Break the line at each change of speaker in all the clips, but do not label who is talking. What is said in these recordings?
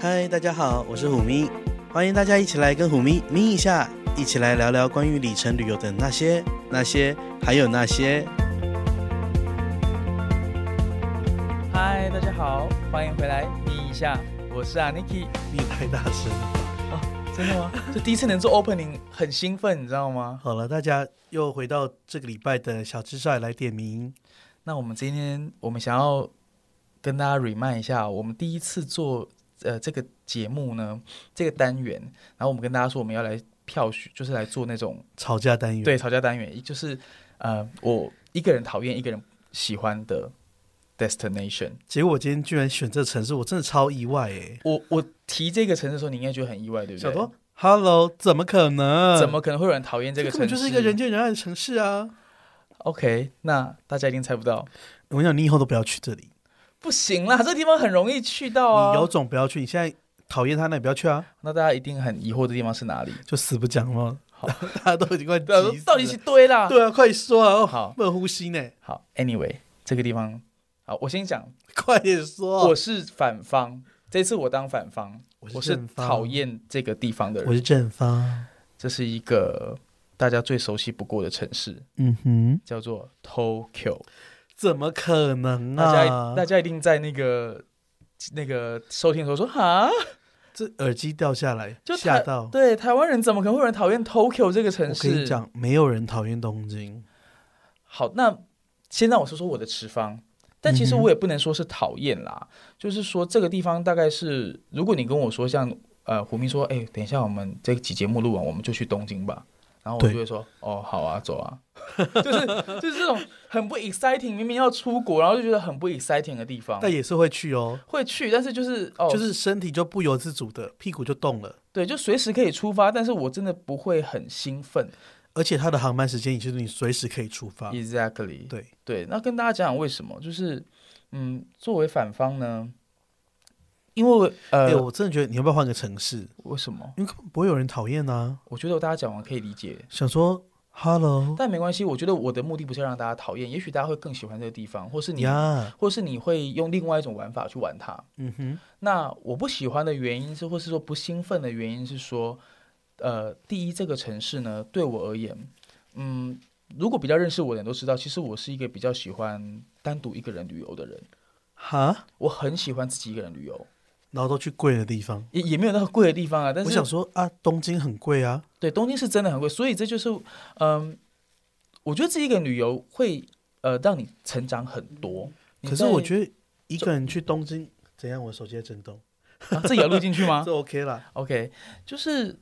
嗨，大家好，我是虎咪，欢迎大家一起来跟虎咪咪一下，一起来聊聊关于里程旅游的那些、那些，还有那些。
嗨，大家好，欢迎回来咪一下，我是 Aniki。
你太大声了。
真 的吗？这第一次能做 opening，很兴奋，你知道吗？
好了，大家又回到这个礼拜的小智少爷来点名。
那我们今天我们想要跟大家 remind 一下，我们第一次做呃这个节目呢，这个单元，然后我们跟大家说我们要来票选，就是来做那种
吵架单元，
对吵架单元，就是呃我一个人讨厌一个人喜欢的 destination。
结果我今天居然选这城市，我真的超意外哎！
我我提这个城市的时候，你应该觉得很意外，对不
小
对？
多，Hello，怎么可能？
怎么可能会有人讨厌这个
根
城市？
本就是一个人见人爱的城市啊！
OK，那大家一定猜不到，
我 跟你讲，你以后都不要去这里，
不行啦，这地方很容易去到啊。
你有种不要去，你现在讨厌他，那你不要去啊！
那大家一定很疑惑的地方是哪里？
就死不讲了。
好
大家都已经快急死
对啊
了，
到底是堆啦？
对啊，快说啊！哦
好
不能呼吸呢，
好，Anyway，这个地方，好，我先讲，
快点说。
我是反方，这次我当反方，
我
我是
正方
讨，厌这个地方的
我
人。
是正方。
这是一个大家最熟悉不过的城市，
嗯哼，
叫做 Tokyo。
怎么可能
大家、
啊？
大家一定在那个那个收听的时候说哈，
这耳机掉下来，
就
吓
台
到。
对，台湾人怎么可能会有人讨厌 Tokyo 这个城
哦我
市？
跟你讲，没有人讨厌东京。
好，那先让我说说我的持方，但其实
嗯
我也不能说是讨厌啦，就是说这个地方大概是，如果你跟我说像呃胡明说，哎、等一下我们这期节目录完我们就去东京吧，然后我
对
就会说，哦，好啊，走啊，就是就是这种很不 exciting，明明要出国，然后就觉得很不 exciting 的地方
但。也是会去哦，
会去，但是就是哦，
就是身体就不由自主的屁股就动了，
对，就随时可以出发，但是我真的不会很兴奋。
而且它的航班时间也就是你随时可以出发。
Exactly，
对，
对，那跟大家讲讲为什么，就是嗯，作为反方呢，因为我呃、
哎，我真的觉得你要不要换个城市？
为什么？
因为根本不会有人讨厌啊。
我觉得我大家讲完可以理解，
想说，Hello
但没关系。我觉得我的目的不是要让大家讨厌，也许大家会更喜欢这个地方，或是你，
呀，
或是你会用另外一种玩法去玩它。
嗯哼，
那我不喜欢的原因是，或是说不兴奋的原因是说，呃，第一，这个城市呢，对我而言，嗯，如果比较认识我的人都知道，其实我是一个比较喜欢单独一个人旅游的人，
哈，
我很喜欢自己一个人旅游。
然后都去贵的地方。
也也没有那个贵的地方啊。但
我
是
想说啊，东京很贵啊，
对，东京是真的很贵，所以这就是，嗯，我觉得这一个旅游会呃让你成长很多。
可是我
得、
觉得一个人去东京怎样？我手机在震动，
啊、这也要录进去 吗
这 OK 啦。
？OK，就是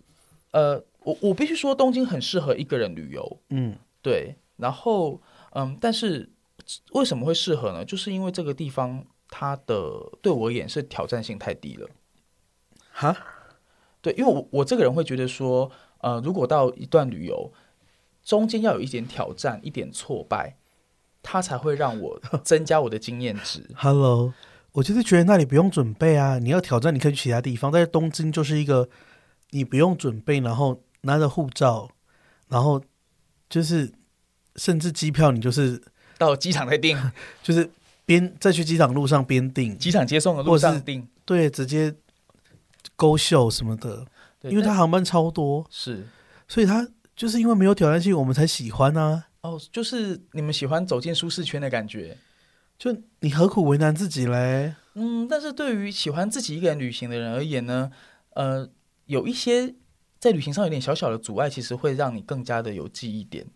呃，我我必须说东京很适合一个人旅游，
嗯，
对，然后嗯，但是为什么会适合呢？就是因为这个地方它的对我而言是挑战性太低了。
哈，
对，因为我我这个人会觉得说，呃，如果到一段旅游，中间要有一点挑战，一点挫败，它才会让 我增加我的经验值。
Hello，我就是觉得那里不用准备啊，你要挑战你可以去其他地方，但是东京就是一个你不用准备，然后拿着护照，然后就是甚至机票你就是
到机场再订，
就是边在去机场路上边订，
机场接送的路
或者
上
是
订，
对，直接勾秀什么的，
对
因为它
但
航班超多，
是
所以它就是因为没有挑战性，我们才喜欢啊。
哦，就是你们喜欢走进舒适圈的感觉。
就你何苦为难自己嘞？
嗯，但是对于喜欢自己一个人旅行的人而言呢，呃，有一些在旅行上有点小小的阻碍，其实会让你更加的有记忆点。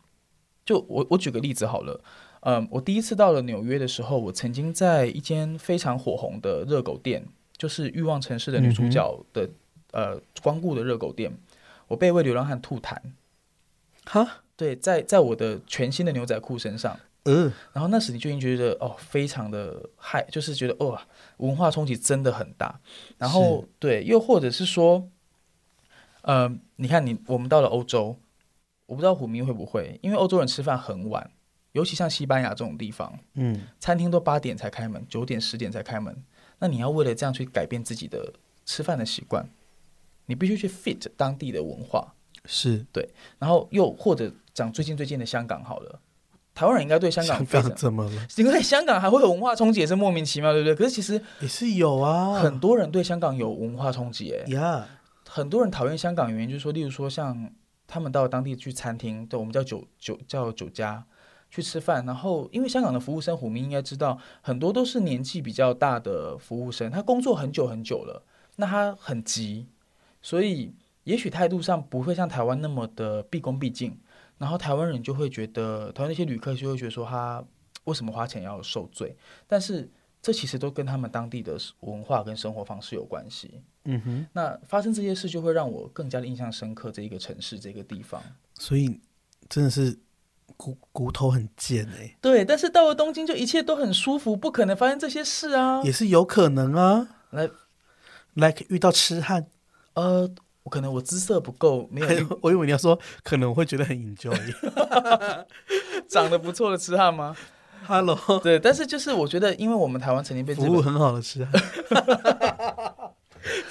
就我我举个例子好了，嗯，我第一次到了纽约的时候，我曾经在一间非常火红的热狗店，就是《欲望城市》的女主角的、呃光顾的热狗店，我被一位流浪汉吐痰，
哈，
对，在在我的全新的牛仔裤身上。
呃，
然后那时你就已经觉得哦，非常的害，就是觉得哦，文化冲击真的很大。然后对，又或者是说，呃，你看你我们到了欧洲，我不知道虎迷会不会，因为欧洲人吃饭很晚，尤其像西班牙这种地方，
嗯，
餐厅都八点才开门，九点十点才开门。那你要为了这样去改变自己的吃饭的习惯，你必须去 fit 当地的文化。
是
然后又或者讲最近最近的香港好了，台湾人应该对香港
香
非常
港，怎么了？
因为香港还会有文化冲击，也是莫名其妙，对不对？可是其实
也是有啊，
很多人对香港有文化冲击，哎，
呀，
很多人讨厌香港原因就是说，例如说像他们到当地去餐厅，对我们叫酒酒叫酒家去吃饭，然后因为香港的服务生，虎明应该知道，很多都是年纪比较大的服务生，他工作很久很久了，那他很急，所以也许态度上不会像台湾那么的毕恭毕敬，然后台湾人就会觉得，台湾那些旅客就会觉得说他为什么花钱要受罪，但是这其实都跟他们当地的文化跟生活方式有关系。
嗯哼，
那发生这些事，就会让我更加的印象深刻这一个城市这个地方。
所以真的是骨骨头很贱哎、
对，但是到了东京就一切都很舒服，不可能发生这些事啊。
也是有可能啊。
来，
like 遇到痴汉，
呃，我可能我姿色不够，没有遇
我以为你要说可能我会觉得很 enjoy。
长得不错的痴汉吗？
Hello，
对，但是就是我觉得，因为我们台湾曾经被
服
日
务
本
很好的痴汉，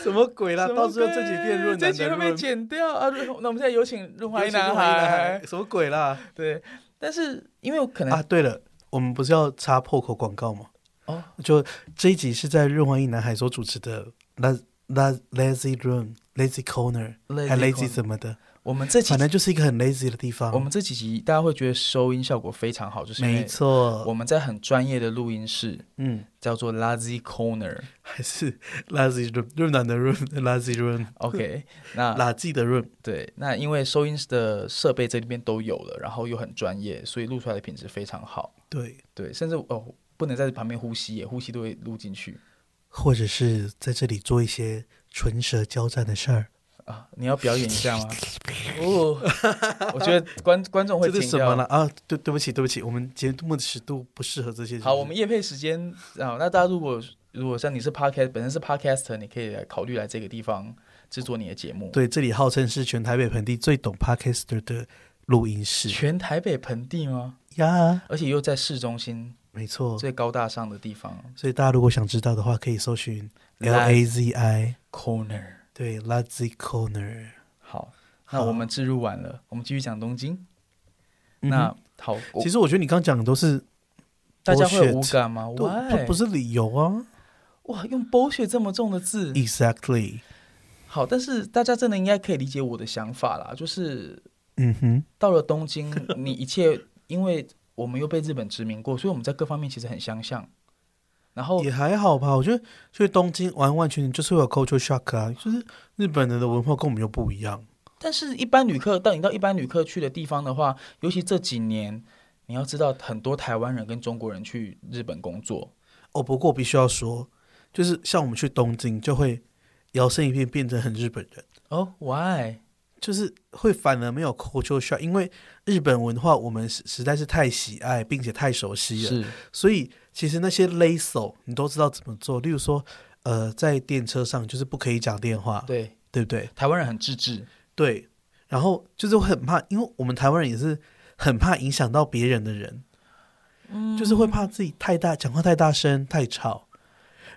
什么鬼啦？
什么
到时候这几辩论
这
男
集
的
会被
论，啊
剪掉啊！润那我们现在有请润滑
尤
一
其是
男
怀疑
孩。
什么鬼啦？
对，但是因为我可能、
啊，对了，我们不是要插破口广告吗？
哦，
就这一集是在润滑一男孩所主持的那那 Lazy Room、Lazy Corner 还 Lazy 什么的，
我们这几
反正就是一个很 lazy 的地方。
我们这几集大家会觉得收音效果非常好，就是因为
没错，
我们在很专业的录音室，
嗯，
叫做 Lazy Corner。
还是 Lazy Room 润南的 Room，Lazy Room，
OK，那
垃圾的 Room。
对，那因为收音的设备这里边都有了，然后又很专业，所以录出来的品质非常好。
对，
对，甚至哦，不能在旁边呼吸耶，呼吸都会录进去
或者是在这里做一些唇舌交战的事儿。
啊！你要表演一下 吗？哦，我觉得观观众会
这
停
是什么
掉
了。啊？对，对不起，对不起，我们节目的尺度不适合这些。是不是
好，我们夜配时间啊，那大家如果如果像你是 podcast 本身是 podcaster，你可以来考虑来这个地方制作你的节目。，
对这里号称是全台北盆地最懂 Podcaster 的录音室
全台北盆地吗？
呀，
而且又在市中心
没错。
最高大上的地方
所以大家如果想知道的话，可以搜寻 L A Z I
，Corner。
对 Lazy Corner。
好，那
好
我们置入完了，我们继续讲东京。
嗯
那好，我
其实我觉得你刚讲的都是
大家会
bullshit
有无感吗
都它
？Why？
不是理由啊
哇，用 bullshit 这么重的字，
，exactly。
好，但是大家真的应该可以理解我的想法啦，就是
嗯哼，
到了 东京，你一切，因为我们又被日本殖民过，所以我们在各方面其实很相像。然后
也还好吧。我觉得去东京完完全全就是会有 culture shock 啊，就是日本人的文化跟我们又不一样。
但是，一般旅客到你到一般旅客去的地方的话，尤其这几年，你要知道，很多台湾人跟中国人去日本工作，
哦，不过我必须要说，就是像我们去东京就会摇身一变变成很日本人。
哦、w h y
就是会反而没有 culture shock，因为日本文化我们实实在是太喜爱并且太熟悉了，
是
所以其实那些 l a s o 你都知道怎么做。例如说，呃，在电车上就是不可以讲电话，对
对，
不对？
台湾人很自制，
对，然后就是会很怕，因为我们台湾人也是很怕影响到别人的人，
嗯
就是会怕自己太大讲话太大声太吵，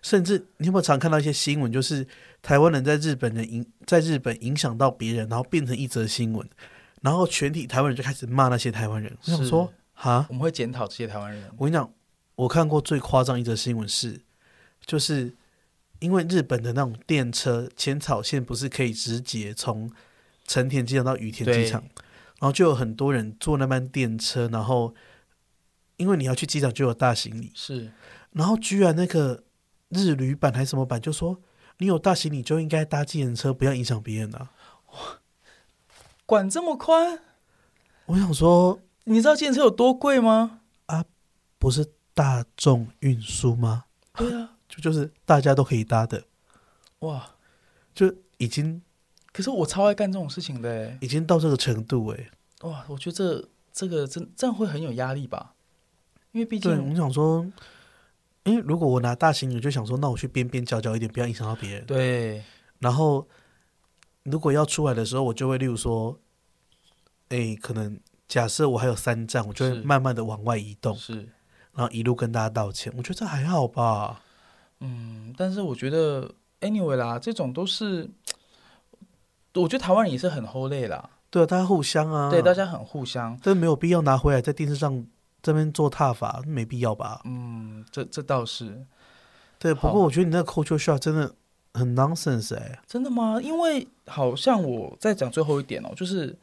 甚至你有没有常看到一些新闻，就是台湾人在日本人影在日本影响到别人，然后变成一则新闻，然后全体台湾人就开始骂那些台湾人。我想
是
说，哈，
我们会检讨这些台湾人。
我跟你讲，我看过最夸张一则新闻是，就是因为日本的那种电车浅草线不是可以直接从成田机场到羽田机场，然后就有很多人坐那班电车，然后因为你要去机场就有大行李。
是
然后居然那个日旅版还是什么版就说，你有大行李就应该搭计程车，不要影响别人啊。
管这么宽？
我想说，
你知道建车有多贵吗？
不是大众运输吗？
对啊，
就就是大家都可以搭的，
哇！
就已经
可是我超爱干这种事情的欸，
已经到这个程度哎、
哇！我觉得这这个真这样会很有压力吧？因为毕
对，
竟
我想说，因为如果我拿大行李，我就想说，那我去边边角角一点，不要影响到别人。
对
然后如果要出来的时候，我就会例如说，哎，可能假设我还有三站，我就会
是
慢慢的往外移动。
是
然后一路跟大家道歉。我觉得这还好吧，
嗯，但是我觉得 anyway 啦，这种都是，我觉得台湾人也是很 h o l 累啦，
对啊，大家互相啊，
对，大家很互相。
但没有必要拿回来在电视上这边做踏法没必要吧？
嗯，这这倒是
对，不
好
过我觉得你那个 culture shock 真的很 nonsense 哎、
真的吗？因为好像我再讲最后一点哦，就是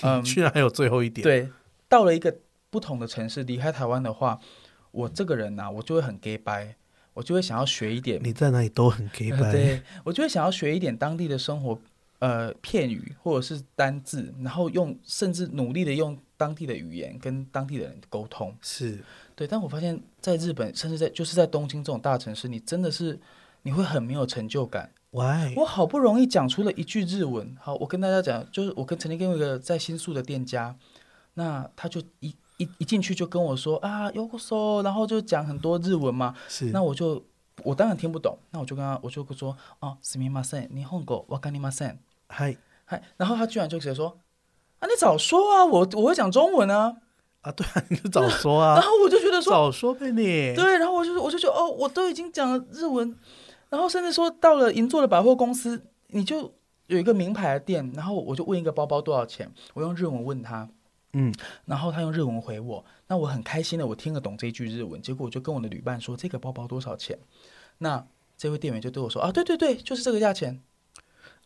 嗯
居然还有最后一点，，
对，到了一个不同的城市，离开台湾的话，我这个人呐、啊我就会很 gay 掰，我就会想要学一点，
你在哪里都很 gay
呃
bye，
对我就会想要学一点当地的生活，呃，片语或者是单字，然后用甚至努力的用当地的语言跟当地的人沟通。
是
对，但我发现在日本，甚至在就是在东京这种大城市，你真的是你会很没有成就感。
why？
我好不容易讲出了一句日文，好，我跟大家讲，就是我跟曾经跟一个在新宿的店家，那他就一一一进去就跟我说啊 y o k o 然后就讲很多日文嘛，
是
那我就我当然听不懂，那我就跟他我就说哦，すみません，日本語わかりません，
嗨
嗨，然后他居然就直接说啊，你早说啊，我我会讲中文啊，
啊，对啊，你 就早说
然
啊，
后我就觉得说
早说呗你，
对，然后我就我就觉得哦，我都已经讲了日文，然后甚至说到了银座的百货公司，你就有一个名牌的店，然后我就问一个包包多少钱，我用日文问他，
嗯，
然后他用日文回我，那我很开心的，我听得懂这一句日文，结果我就跟我的旅伴说这个包包多少钱，那这位店员就对我说啊，对对对，就是这个价钱，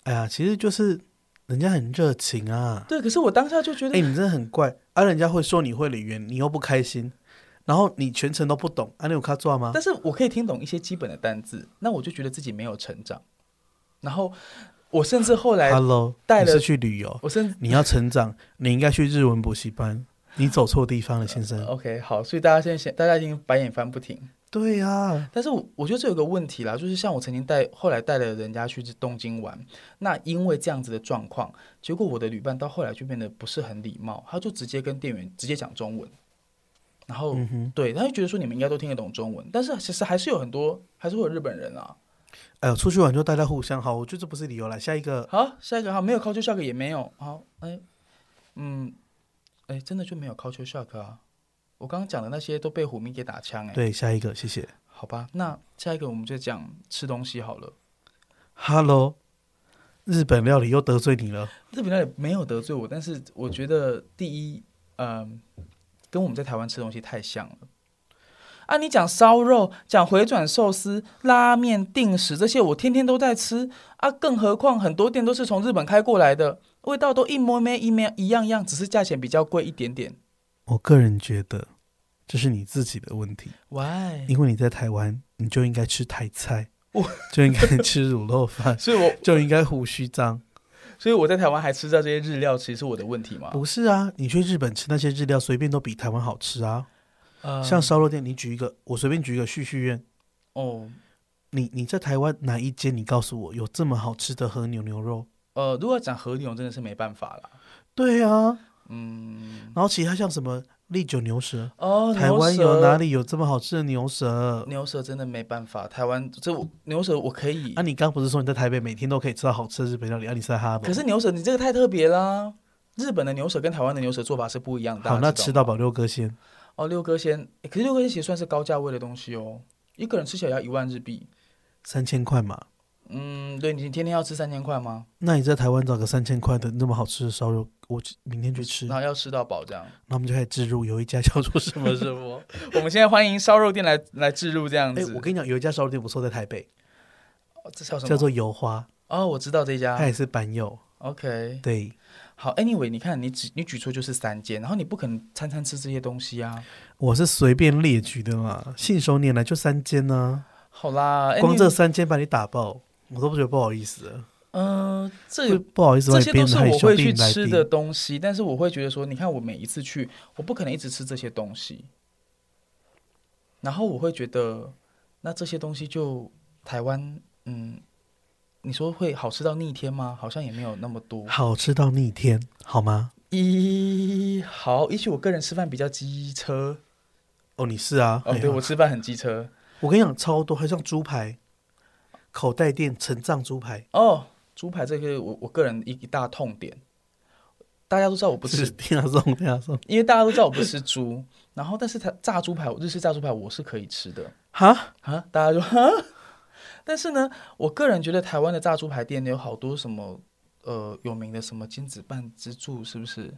哎呀，其实就是人家很热情啊，
对，可是我当下就觉
哎、
得，
你真的很怪啊，人家会说你会语言，你又不开心，然后你全程都不懂，啊，你有卡抓吗？
但是我可以听懂一些基本的单字，那我就觉得自己没有成长，然后我甚至后来
Hello，
带
你
了
是去旅游，
我甚
你要成长， 你应该去日文补习班。你走错地方了，先生。
OK，好，所以大家现在现大家已经白眼翻不停。
对啊呀、
但是我我觉得这有个问题啦，就是像我曾经带后来带了人家去东京玩，那因为这样子的状况，结果我的旅伴到后来就变得不是很礼貌，他就直接跟店员直接讲中文，然后、
嗯哼，
对他就觉得说你们应该都听得懂中文，但是其实还是有很多还是会有日本人啊。
哎呦，出去玩就大家互相好，我觉得这不是理由来。下一个，
好，下一个好，没有 culture shock 也没有，好，哎，嗯，哎，真的就没有 culture shock 啊。我刚刚讲的那些都被虎迷给打枪哎、
对，下一个，谢谢。
好吧，那下一个我们就讲吃东西好了。
Hello，日本料理又得罪你了。
日本料理没有得罪我，但是我觉得第一，嗯、跟我们在台湾吃东西太像了。啊，你讲烧肉、讲回转寿司、拉面、定食这些，我天天都在吃啊，更何况很多店都是从日本开过来的，味道都一模没一模一样样，只是价钱比较贵一点点。
我个人觉得这是你自己的问题，
Why？
因为你在台湾，你就应该吃台菜，
我
就应该吃卤肉 饭，
所以我
就应该胡须章。
所以我在台湾还吃到这些日料，其实是我的问题嘛。
不是啊，你去日本吃那些日料，随便都比台湾好吃啊。
呃
像烧肉店，你举一个，我随便举一个旭旭苑，
哦，
你你在台湾哪一间？你告诉我有这么好吃的和牛牛肉？
呃，如果要讲和牛，真的是没办法啦。
对啊，
嗯，
然后其他像什么利久牛舌，
哦，
台湾有哪
里？
里有这么好吃的牛舌？
牛舌真的没办法，台湾这我牛舌我可以，
啊，你刚不是说你在台北每天都可以吃到好吃的日本料理？啊，你是在哈佛？
可是牛舌你这个太特别啦。日本的牛舌跟台湾的牛舌做法是不一样的。
好，那
大家
吃
知道
到饱六哥先。
吗哦，六哥鲜，诶可是六哥鲜其实算是高价位的东西哦，一个人吃起来要一万日币。
三千块嘛。
嗯，对你天天要吃三千块吗？
那你在台湾找个三千块的那么好吃的烧肉，我去明天去吃。
然后要吃到饱这样。
那我们就开始置入，有一家叫做什
什
么？
么什 么？我们现在欢迎烧肉店来来置入这样
哎、
子。
我跟你讲，有一家烧肉店不错，在台北，
哦这叫什么？
叫做油花，
哦，我知道这
它
家。
也是板友。
OK，
对，
好，Anyway，你看你举你举出就是三间，然后你不可能餐餐吃这些东西啊。
我是随便列举的嘛，信手拈来就三间呢、
好啦，哎
光
你
这三间把你打爆，我都不觉得不好意思了。
嗯，这
不
个
不好意思，把
这
你
些
变
都是
得害
我
羞，
会
变
去
来
吃的东西，但是我会觉得说，你看我每一次去，我不可能一直吃这些东西，然后我会觉得，那这些东西就台湾，嗯，你说会好吃到逆天吗？好像也没有那么多。
好吃到逆天，好吗？
一好，也许我个人吃饭比较机车，
哦，你是啊，
哦，
哎呀
对我吃饭很机车，
我跟你讲超多，还像猪排，口袋店成藏猪排，
哦，猪排这个我我个人一一大痛点，大家都知道我不
不
吃
是天啊送天啊 送，
因为大家都知道我不吃猪，然后但是它炸猪排，日式炸猪排我是可以吃的
哈，
啊，大家就哈。但是呢，我个人觉得台湾的炸猪排店有好多什么呃有名的什么金子半之助，是不是？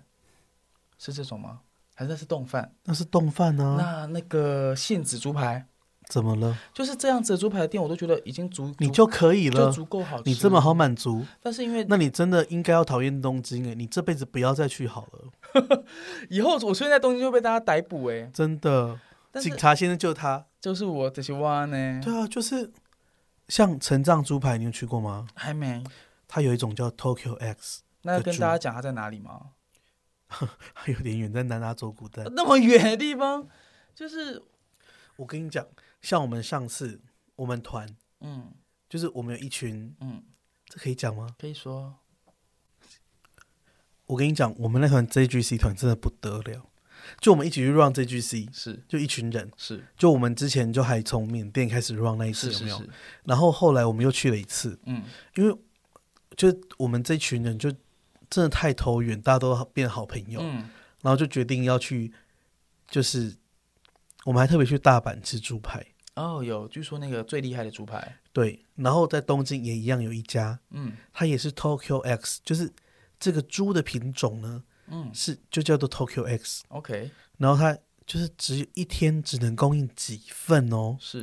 是这种吗？还是那是冻饭？
那是冻饭啊，
那那个现紫猪排，
怎么了？
就是这样子的猪排店，我都觉得已经足，
你
足
就可以
就
了，
足够好吃。
你这么，好满足，
但是因为
那你真的应该要讨厌东京诶、欸你这辈子不要再去好了，
以后我出现在东京就被大家逮捕哎、
真的。
但是
警察先生就他，
就是我这些蛙呢，
对啊，就是像成藏猪排，你有去过吗？
还没。
它有一种叫 Tokyo X，
那要跟
的猪
大家讲它在哪里吗？
有点远，在南阿佐古代。
那么远的地方，就是
我跟你讲，像我们上次我们团，
嗯
就是我们有一群，
嗯，
这可以讲吗？
可以说
我跟你讲，我们那团 JGC 团真的不得了，就我们一起去 run JGC，
是
就一群人，
是
就我们之前就还从缅甸开始 run 那一次
是
有
是
没有？
是，
然后后来我们又去了一次，
嗯
因为就我们这群人就真的太投缘，大家都变好朋友，
嗯
然后就决定要去，就是我们还特别去大阪吃猪排，
哦有，据说那个最厉害的猪排，
对，然后在东京也一样有一家，
嗯
它也是 Tokyo X，就是这个猪的品种呢
嗯
是就叫做 Tokyo X，
，OK
然后它就是只有一天只能供应几份哦，
是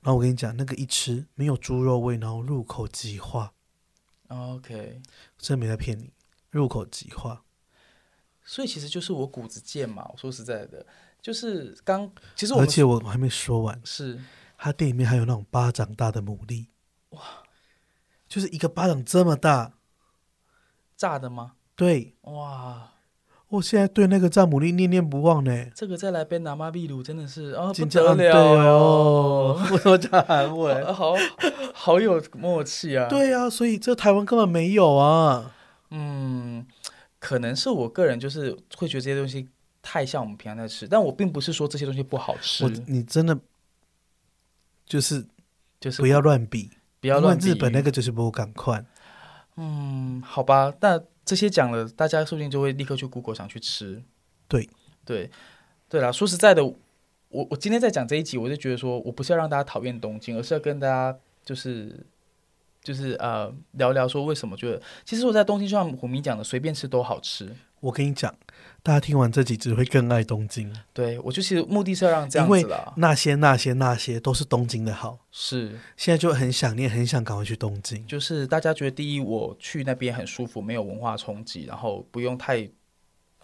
然后我跟你讲，那个一吃没有猪肉味，然后入口即化，
OK，
真没在骗你，入口即化。
所以其实就是我骨子贱嘛，我说实在的，就是刚其实我
而
们
且我还没说完，
是
它店里面还有那种巴掌大的牡蛎，哇，就是一个巴掌这么大。
炸的吗？
对
哇，
我现在对那个战牡蛎念念不忘呢。
这个再来杯拿妈秘鲁真的是啊不
紧
得
张对
了
哦，我怎么讲韩
啊
文？
好好有默契啊！，
对啊，所以这台湾根本没有啊。
嗯，可能是我个人就是会觉得这些东西太像我们平常在吃，但我并不是说这些东西不好吃
我，你真的就是
就是
不要乱比，
不要
因为
乱比
日本那个就是不赶快。
嗯，好吧，那这些讲了，大家说不定就会立刻去 Google 想去吃。
对，
对，对啦。说实在的，我我今天在讲这一集，我就觉得说我不是要让大家讨厌东京，而是要跟大家就是就是呃聊聊说为什么觉得，其实我在东京就像虎迷讲的，随便吃都好吃。
我跟你讲，大家听完这几只会更爱东京。
对我就其实目的是要让这样
因为
子啦，
那些那些那些都是东京的好，
是
现在就很想念，很想赶快去东京。
就是大家觉得第一，我去那边很舒服，没有文化冲击，然后不用太，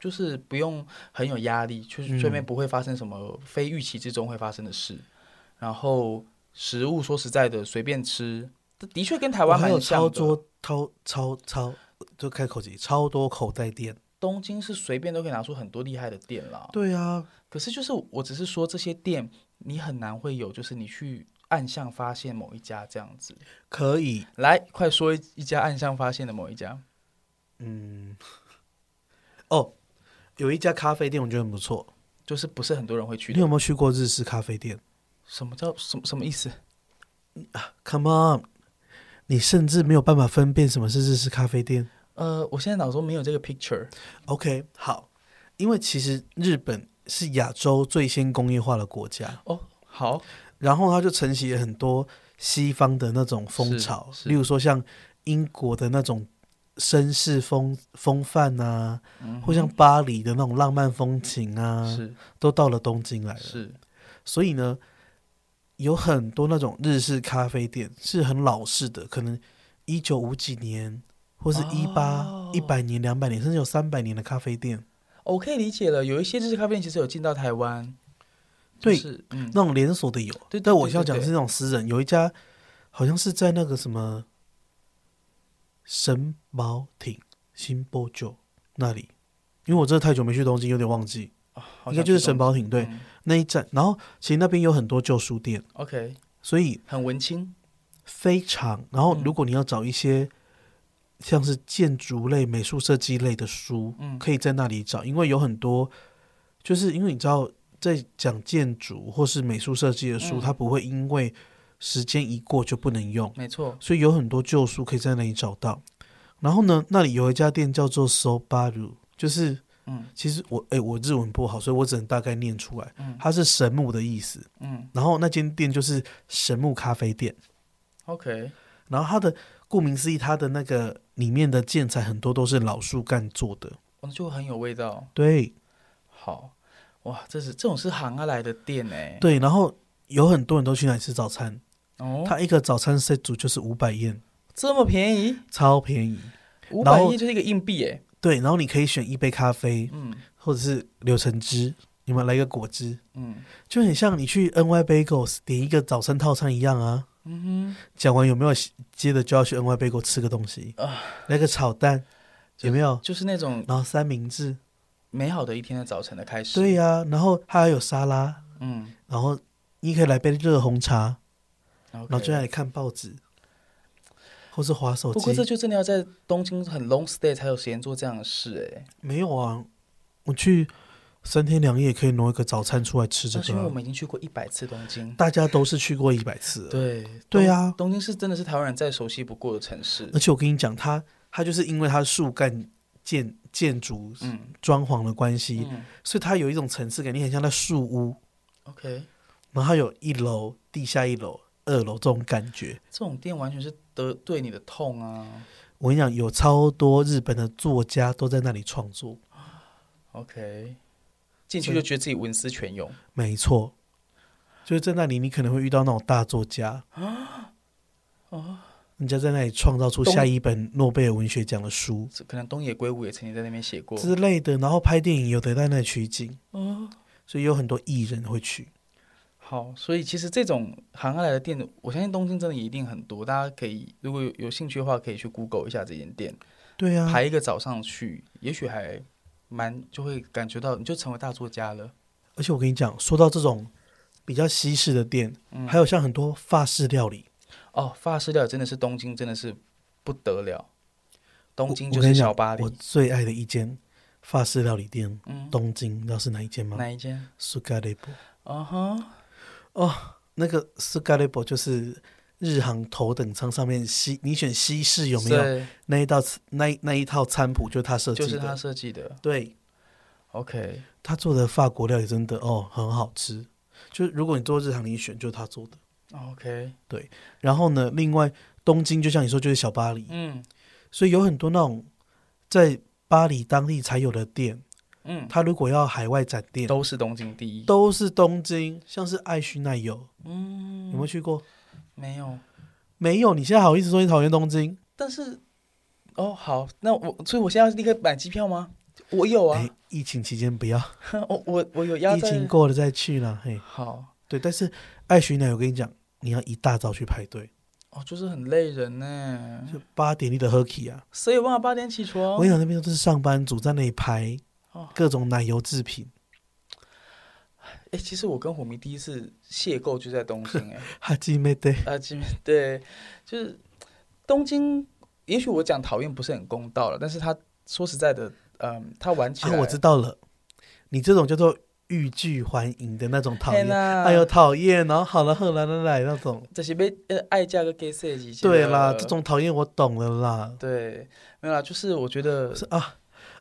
就是不用很有压力，就是
嗯
这边不会发生什么非预期之中会发生的事。然后食物说实在的，随便吃，的的确跟台
我
湾
还
蛮
有
像
超
的。
多超超超，就开口级超多口袋店。
东京是随便都可以拿出很多厉害的店啦。
对啊，
可是就是我只是说这些店，你很难会有，就是你去暗巷发现某一家这样子。
可以，
来，快说一一家暗巷发现的某一家。
嗯，哦，有一家咖啡店我觉得很不错。
就是不是很多人会去
你
的。
有没有去过日式咖啡店
什么叫什么什么意思？
？Come on，你甚至没有办法分辨什么是日式咖啡店。
呃，我现在脑中没有这个 picture。
OK，好，因为其实日本是亚洲最先工业化的国家，
哦，好，
然后它就承袭了很多西方的那种风潮，
是是
例如说像英国的那种绅士风风范啊，
嗯
或像巴黎的那种浪漫风情啊，
是
都到了东京来了。
是，
所以呢，有很多那种日式咖啡店是很老式的，可能一九五几年或是一八
哦
一百年、两百年，甚至有三百年的咖啡店，
我可以理解了。有一些日式咖啡店其实有进到台湾，
对
就是嗯，
那种连锁的有。啊
对对
但我
对
要
对
讲的是那种私人，有一家好像是在那个什么神保町新波酒那里，因为我真的太久没去东京，有点忘记，
啊好
应
像
该就是
这
神
种
保町对
嗯
那一站。然后其实那边有很多旧书店，
，OK，
所以
很文青，
非常。然后
嗯
如果你要找一些像是建筑类、美术设计类的书，
嗯
可以在那里找，因为有很多，就是因为你知道，在讲建筑或是美术设计的书，
嗯
它不会因为时间一过就不能用，
没错。
所以有很多旧书可以在那里找到。然后呢，那里有一家店叫做 Sobaru，就是
嗯
其实我哎、我日文不好，所以我只能大概念出来，
嗯
它是神木的意思。
嗯
然后那间店就是神木咖啡店。
，OK，
然后它的顾名思义，它的那个
哦
里面的建材很多都是老树干做的，
我就很有味道。
对，
好，哇，这是这种是行啊来的店哎、
对，然后有很多人都去那里吃早餐，
哦，
他一个早餐 set 组就是五百燕，
这么便宜，
超便宜。
五
然
百
后
亿就是一个硬币哎、
对，然后你可以选一杯咖啡
嗯
或者是柳橙汁，你们来一个果汁，
嗯
就很像你去 NY Bagels 点一个早餐套餐一样啊。
嗯哼，
讲完有没有接着就要去 NY Bagel 吃个东西
啊
来个炒蛋，有没有？
就是那种
然后三明治，
美好的一天的早晨的开始。
对呀、然后还有沙拉，
嗯，
然后你可以来杯热红茶，
然后
然后就在那里看报纸，或是划手
不过这
机。
就真的要在东京很 long stay 才有时间做这样的事哎、
没有啊，我去三天两夜可以挪一个早餐出来吃这
那是因
个
为我
啊、
们已经去过一百次东京。
大家都是去过一百次了，
对
对
东
啊
东京是真的是台湾人再熟悉不过的城市
而。且我跟你讲，它它就是因为它树干建建筑
嗯
装潢的关系，
嗯
所以它有一种层次感，你很像在树屋，
，OK，
然后它有一楼、地下一楼、二楼这种感觉。
这种店完全是得对你的痛啊。
我跟你讲，有超多日本的作家都在那里创作，
OK，进去就觉得自己文思泉涌。
没错，就是在那里你可能会遇到那种大作家啊，
哦
人家在那里创造出下一本诺贝尔文学奖的书
这可能东野圭吾也曾经在那边写过。
之类的，然后拍电影有的在那里取景，
哦，
所以有很多艺人会去。
好，所以其实这种行下来的店，我相信东京真的也一定很多。大家可以如果有有兴趣的话，可以去 Google 一下这间店，
对啊，
排一个早上去，也许还蛮就会感觉到你就成为大作家了。
而且我跟你讲，说到这种比较西式的店，
嗯
还有像很多法式料理，
哦，法式料理真的是东京，真的是不得了。东京
我
就
我跟
是
你讲
小巴
我
黎，
最爱的一间法式料理店，
嗯，
东京，你知道是哪一间吗？
哪一间？
苏格雷布。
啊哈，
那个 s k y l a b e 就是日航头等舱上面西，你选西式有没有
对，
那一道那一那一套餐谱就是他设计
就
的，
是他设计的。
对
OK，
他做的法国料理真的哦很好吃，就是如果你做日航你选就是他做的。
OK，
然后呢，另外东京就像你说就是小巴黎，
嗯
所以有很多那种在巴黎当地才有的店，
嗯，
他如果要海外展店。
都是东京第一。
都是东京，像是爱须奈友，有没
嗯，
有去过？
没有，
没有，你现在好意思说你讨厌东京？
但是哦，好，那我所以我现在要立刻买机票吗？我有啊
哎，疫情期间不要，
我我我有压
疫
在。
情过了再去啦，嘿，
好
对，但是爱徐奶，我跟你讲，你要一大早去排队，
哦，就是很累人呢，
就八点你的 h u r k y 啊，
谁有办法八点起
我
床
跟？你讲，那边都是上班族在那里排
哦
各种奶油制品，
哎，其实我跟虎迷第一次邂逅就在东京 哎。
哈基妹对，
啊，基本对，就是东京，也许我讲讨厌不是很公道了，但是他说实在的，嗯，他玩起
啊
来，，
我知道了，你这种叫做欲拒还迎的那种讨
天
厌，
哪
哎呦讨厌，然后好了，后来来来那种，
这些被呃爱嫁个 gay 设计，
对啦，这种讨厌我懂了啦，
对，没有啦，就是我觉得
是啊，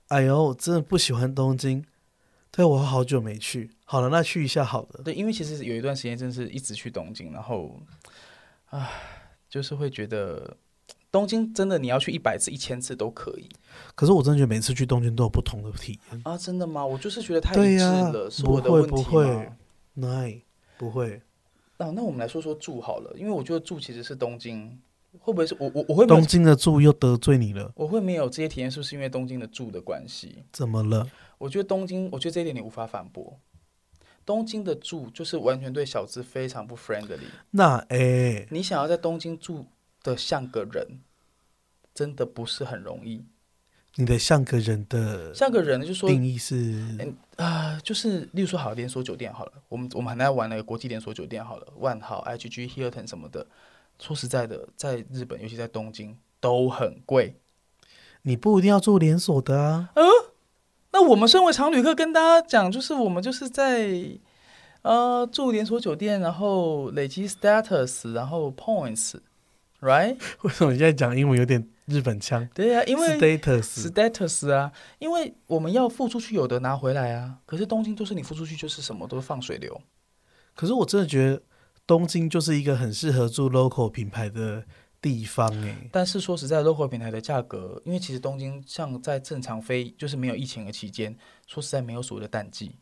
哎呦，我真的不喜欢东京，对我好久没去，好了，那去一下好了。
对，因为其实有一段时间真是一直去东京，然后，啊，就是会觉得东京真的你要去一百次、一千次都可以
可是我真的觉得每次去东京都有不同的体验。
啊，真的吗？我就是觉得太
对
一致
呀
了，是
不
我的
会
问
不
题
会
吗？
那不会，
那、那我们来说说住好了，因为我觉得住其实是东京，会不会是我我我会没有
东京的住又得罪你了，
我会没有这些体验，是不是因为东京的住的关系？
怎么了？
我觉得东京，我觉得这一点你无法反驳。东京的住就是完全对小资非常不 friendly，
那哎，
你想要在东京住的像个人，真的不是很容易。
你的像个人的
像个人呢就说
定义是
啊、就是例如说好连锁酒店好了，我们我们很爱玩那个国际连锁酒店好了，万豪、IGG、Hilton 什么的。说实在的，在日本，尤其在东京都很贵。
你不一定要住连锁的啊，
那我们身为常旅客，跟大家讲，就是我们就是在呃住连锁酒店，然后累积 status，然后 points，right？
为什么你现在讲英文有点日本腔？
对啊，因为
status
status 啊，因为我们要付出去，有的拿回来啊。可是东京就是你付出去就是什么都是放水流，
可是我真的觉得东京就是一个很适合住 local 品牌的地方哎、
但是说实在，local 平台的价格，因为其实东京像在正常飞，就是没有疫情的期间，说实在没有所谓的淡季。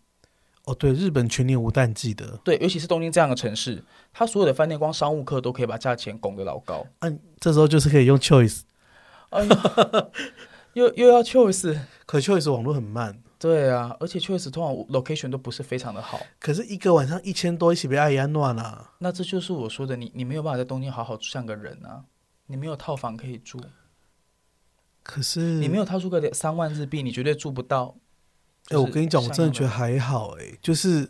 哦，对，日本全年无淡季的。
对，尤其是东京这样的城市，它所有的饭店光商务客都可以把价钱拱得老高，
嗯、这时候就是可以用 Choice，
又又要 choice。
可 Choice 网络很慢，
对啊，而且 choice 通常 location 都不是非常的好，
可是一个晚上一千多，一起被阿姨安暖啦。
那这就是我说的，你你没有办法在东京好好像个人啊，你没有套房可以住，
可是
你没有掏出个两三万日币，你绝对住不到。
哎、我跟你讲，我真的觉得
得，
还好哎、就是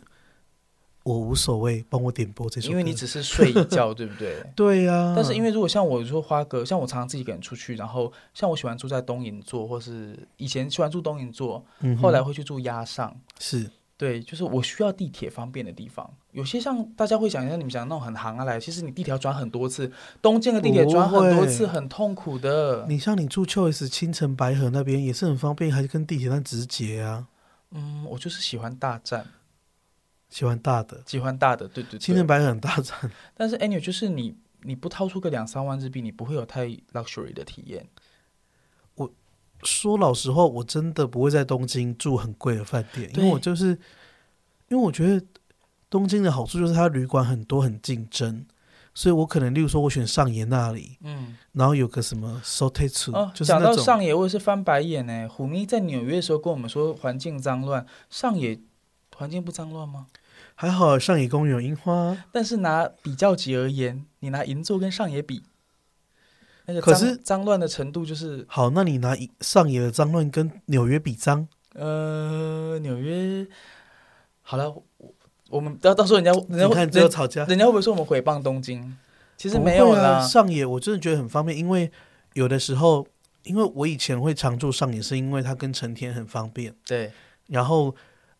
我无所谓，帮我点播这首歌。
因为你只是睡一觉， 对不对？
对啊呀、
但是因
为
为如果像我说花哥，像我常常自己一个人出去，然后像我喜欢住在东银座，或是以前喜欢住东银座，后来嗯会去住鸭上。
嗯是
对，就是我需要地铁方便的地方。有些像大家会想像你们讲的那种很行啊来，其实你地铁要转很多次，东京的地铁转很多次，
不
很痛苦的。
你像你住 Choice 青城白河那边也是很方便，还是跟地铁站直接啊。
嗯，我就是喜欢大站，
喜欢大的
喜欢大的，对对
青
对
城。白河很大站，
但是 anyway，就是你你不掏出个两三万日币，你不会有太 luxury 的体验。
说老实话，我真的不会在东京住很贵的饭店，因为
对
我就是因为我觉得东京的好处就是它旅馆很多，很竞争，所以我可能例如说我选上野那里，
嗯，
然后有个什么 Sotetsu，、
哦，
就是
讲
那
到
种
上野，我也是翻白眼呢。虎咪在纽约的时候跟我们说环境脏乱，上野环境不脏乱吗？
还好上野公园有樱花，
但是拿比较级而言，你拿银座跟上野比，那个
可
脏
是
脏乱的程度就是，
好，那你拿上野的脏乱跟纽约比脏，
呃，纽约好了，我我们到到时候人家人家
你
会
看只有
人
吵架。
人家会不会说我们诽谤东京？其实
不
没
会
有
啊，
啦，
上野我真的觉得很方便，因为有的时候，因为我以前会常住上野，是因为它跟成田很方便。
对，
然后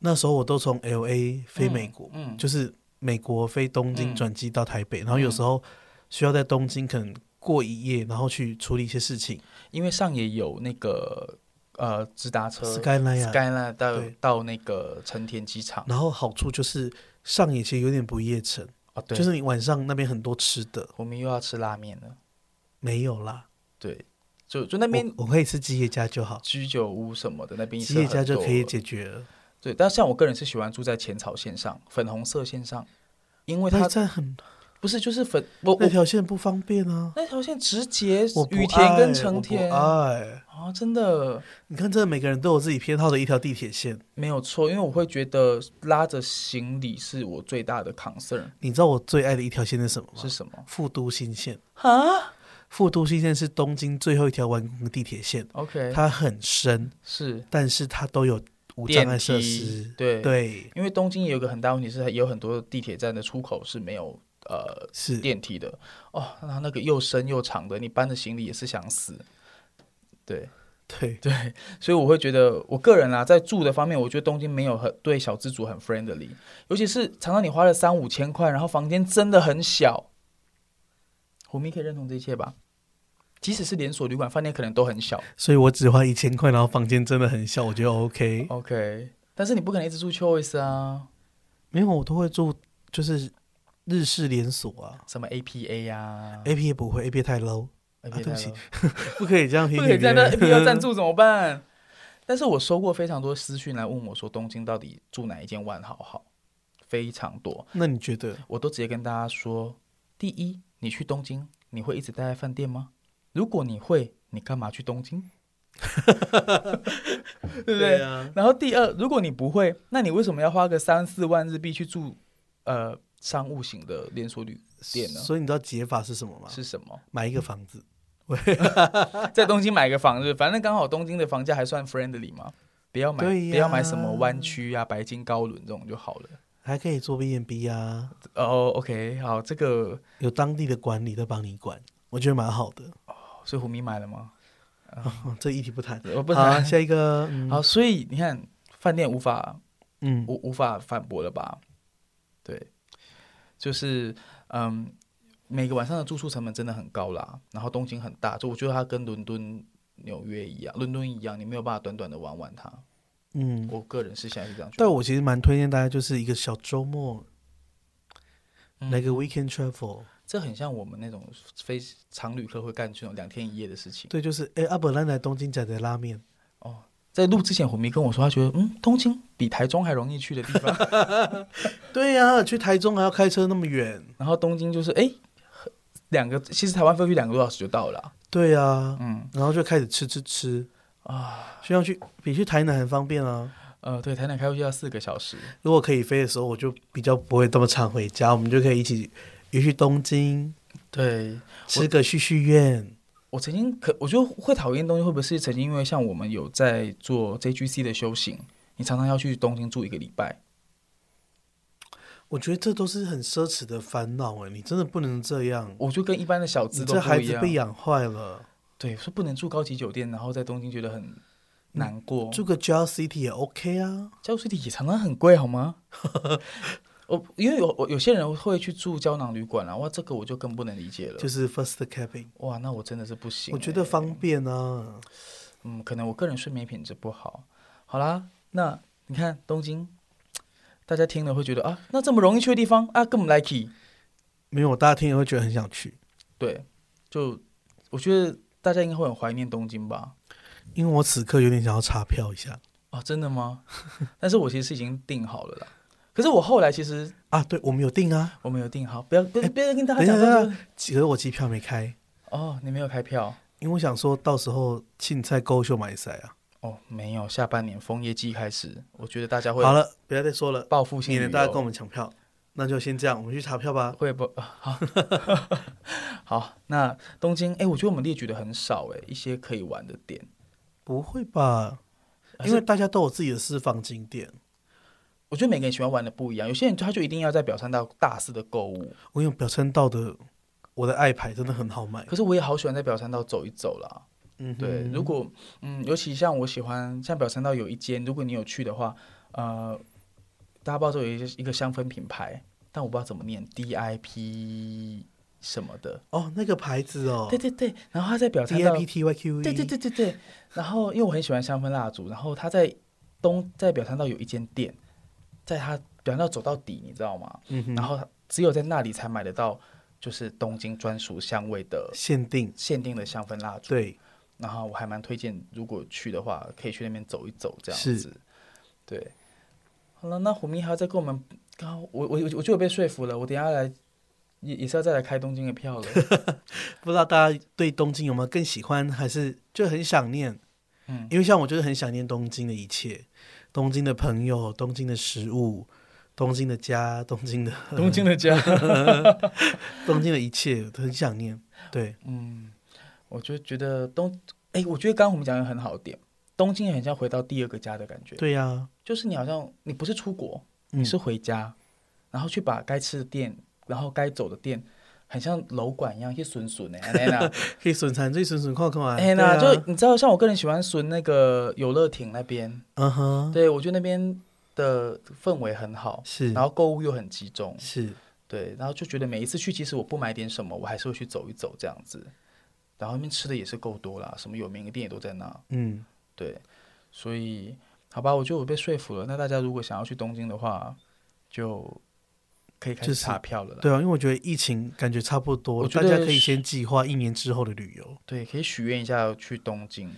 那时候我都从 L A 飞美国，
嗯，嗯，
就是美国飞东京
嗯
转机到台北，然后有时候需要在东京可能过一夜，然后去处理一些事情。
因为上野有那个呃直达车
Skyline 啊
Skyline 到
对
到那个成田机场
然后好处就是上野其实有点不夜城，
啊，对，
就是你晚上那边很多吃的
我们又要吃拉面了，
没有啦，
对，就就那边
我我可以吃吉野家就好，
居酒屋什么的那边
吉野家就可以
解。
解决了。
对，但像我个人是喜欢住在浅草线上、粉红色线上，因为
那
它
一站很
不是就是粉我
那
我
条线不方便啊，
那条线直接
我不
羽田跟
爱
成田
我
啊，
不爱。
真的
你看，这每个人都有自己偏好的一条地铁线。
没有错，因为我会觉得拉着行李是我最大的 concern
你知道我最爱的一条线是什么吗？
是什么
富都新线。
啊
富都新线是东京最后一条完工的地铁线，
？OK，
它很深，
是
但是它都有无
电
障碍设
梯
施。
对，
对，
因为东京也有一个很大问题是，有很多地铁站的出口是没有呃
是
电梯的哦，然后那个又深又长的，你搬着行李也是想死，对。
对，
对，所以我会觉得，我个人啊，在住的方面，我觉得东京没有很对小资族很 friendly，尤其是常常你花了三五千块，然后房间真的很小。虎咪可以认同这一切吧？即使是连锁旅馆，饭店可能都很小。
所以我只花一千块，然后房间真的很小，我觉得 OK。
OK，但是你不可能一直住 Choice 啊，
没有，我都会住就是日式连锁啊
什么 APA 呀、
，A P 也不会，A P 太 low，
啊，
对不起不可以这样批
不
评
可
别
以在那
人。
APA 要 赞助怎么办？但是我收过非常多私讯来问我说，东京到底住哪一间万豪好？非常多，
那你觉得？
我都直接跟大家说：第一，你去东京，你会一直待在饭店吗？如果你会，你干嘛去东京？ 对不对？
啊，
然后第二，如果你不会，那你为什么要花个三四万日币去住呃商务型的连锁旅店呢？
所以你知道解法是什么吗？
啊是什么？
买一个房子，
在东京买个房子，反正刚好东京的房价还算 friendly 嘛，不要买、
对呀
不要买什么湾区啊、白金高伦这种就好了。
还可以做 B n B 啊，
哦、o k 好，这个
有当地的管理在帮你管，我觉得蛮好的。
所以虎迷买了吗？
哦这议题不谈，
我不
好啊
谈。
下一个，嗯
好，所以你看，饭店无法
嗯，
无无法反驳了吧？对，就是嗯，每个晚上的住宿成本真的很高啦。然后东京很大，就我觉得它跟伦敦、纽约一样，伦敦一样，你没有办法短短的玩完它。
嗯，
我个人是现在是这样觉得。
但我其实蛮推荐大家，就是一个小周末
嗯
来个 weekend travel，
这很像我们那种非常旅客会干这种两天一夜的事情。
对，就是哎，阿伯兰来东京仔的拉面，
哦，在录之前，虎迷跟我说，他觉得嗯，东京比台中还容易去的地 方，
对呀、去台中还要开车那么远，
然后东京就是哎，两个其实台湾飞去两个多小时就到了啊。
对呀、
嗯
然后就开始吃吃吃，
啊，
就像去比去台南很方便啊。
呃，对，台南开过去要四个小时。
如果可以飞的时候，我就比较不会这么常回家，我们就可以一起也去东京
对
吃个旭旭苑。
我曾经可，我就会讨厌东西，会不会是曾经因为像我们有在做 JGC 的修行，你常常要去东京住一个礼拜。
我觉得这都是很奢侈的烦恼哎，你真的不能这样，
我就跟一般的小资
你
都
这
不
孩
一
子
样哦
被。养坏了。
对，说不能住高级酒店，然后在东京觉得很难过。
住个 JL City 也 OK 啊，
胶水体也常常很贵，好吗？ 我因为有我有些人会去住胶囊旅馆啊，哇，这个我就更不能理解了。
就是 First Cabin，
哇，那我真的是不行欸、
我觉得方便啊。
嗯，可能我个人睡眠品质不好。好啦，那你看东京，大家听了会觉得啊，那这么容易去的地方啊，更不 like。
没有，大家听了会觉得很想去，
对，就我觉得大家应该会很怀念东京吧？
因为我此刻有点想要查票一下
啊，真 的吗？但是我其实已经订好了啦。可是我后来其实
啊。对，我们有订啊，
我没有订好，不要不要不要跟大家
哎等一下
讲
等一
这个
下，可是我机票没开，
哦，你没有开票。
因为我想说到时候青菜勾秀买赛啊。
哦，没有，下半年枫叶季开始，我觉得大家会
好了，不要再说了，
报复性
免
旅
得
游，
大家跟我们抢票。那就先这样，我们去查票吧。
会不 啊好好。那东京，哎，我觉得我们列举的很少，哎，一些可以玩的点，
不会吧？
还是
因为大家都有自己的私房景点。
我觉得每个人喜欢玩的不一样，有些人他就一定要在表参道大肆的购物，
我有表参道的，我的爱牌真的很好买。
可是我也好喜欢在表参道走一走啦。
嗯哼，
对，如果嗯，尤其像我喜欢像表参道有一间，如果你有去的话，呃，大家不知道有一些一个香氛品牌，但我不知道怎么念，DIP 什么的。
哦，那个牌子哦
对对对，然后他在表参
，D
道
I P，T Y Q E，
对对，对对对，然后因为我很喜欢香氛蜡烛，然后他在东在表参道有一间店，在他表参道走到底，你知道吗？
嗯哼，
然后只有在那里才买得到，就是东京专属香味的
限定，
限定的香氛蜡烛。
对，
然后我还蛮推荐，如果去的话，可以去那边走一走，这样
是
子。对，好了，那虎迷还要再跟我们，刚我我我我就有被说服了，我等一下来也也是要再来开东京的票了。
不知道大家对东京有没有更喜欢，还是就很想念？
嗯，
因为像我就是很想念东京的一切，东京的朋友，东京的食物，东京的家，东京 的
东京的家，
东京的一切，都很想念。对，
嗯，我就觉得东，哎，我觉得刚刚我们讲的很好的点，东京很像回到第二个家的感觉，
对啊呀、
就是你好像你不是出国，
嗯
你是回家，然后去把该吃的店，然后该走的店，很像楼管一样去损损的，欸安娜。
可以损残，最损损看看 啊。
哎、
对
那、
啊
就你知道，像我个人喜欢损那个游乐亭那边，
嗯哼，
对我觉得那边的氛围很好，
是
然后购物又很集中，
是，
对，然后就觉得每一次去，其实我不买点什么，我还是会去走一走这样子。然后那边吃的也是够多啦，什么有名的店也都在那，
嗯，
对，所以好吧，我觉得我被说服了。那大家如果想要去东京的话，就可以开
就
始
是
查票了啦。
对啊，因为我觉得疫情感觉差不多，
我
大
觉得
家可以先计划一年之后的旅游。
对，可以许愿一下去东京。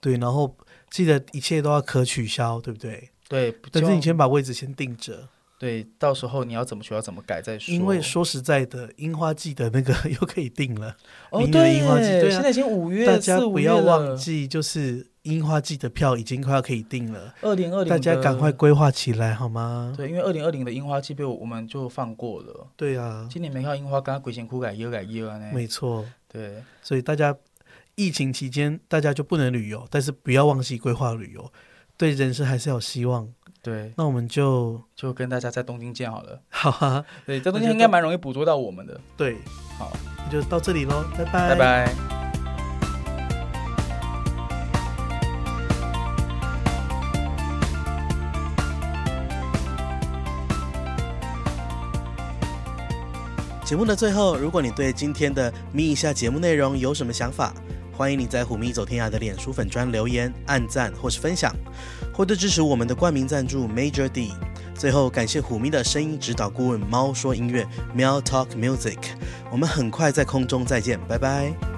对，然后记得一切都要可取消，对不对？
对，
但
希
是
望
你先把位置先定着，
对，到时候你要怎么学，要怎么改再说。
因为说实在的，樱花季的那个 又可以定了，
哦，
明年的
对，
樱花季对啊
现在已经五月，
大家
四五
不
月
要忘
了。
记，就是樱花季的票已经快要可以定了，
二零二零，
大家赶快规划起来好吗？
对，因为二零二零的樱花季被我我们就放过了。
对啊，
今年没看到樱花，刚刚鬼仙哭改又改又啊呢。
没错，
对，
所以大家疫情期间大家就不能旅游，但是不要忘记规划旅游，对人生还是要有希望。
对，
那我们就
就跟大家在东京见好了。
好啊，
对，在东
那就
京应该蛮容易捕捉到我们的。
对，
好，
那就到这里喽，拜拜，
拜拜。
节目的最后，如果你对今天的咪一下节目内容有什么想法，欢迎你在虎咪走天涯的脸书粉专留言、按赞或是分享，或者支持我们的冠名赞助 Major D。最后感谢虎咪的声音指导顾问猫说音乐 Meow Talk Music，我们很快在空中再见，拜拜。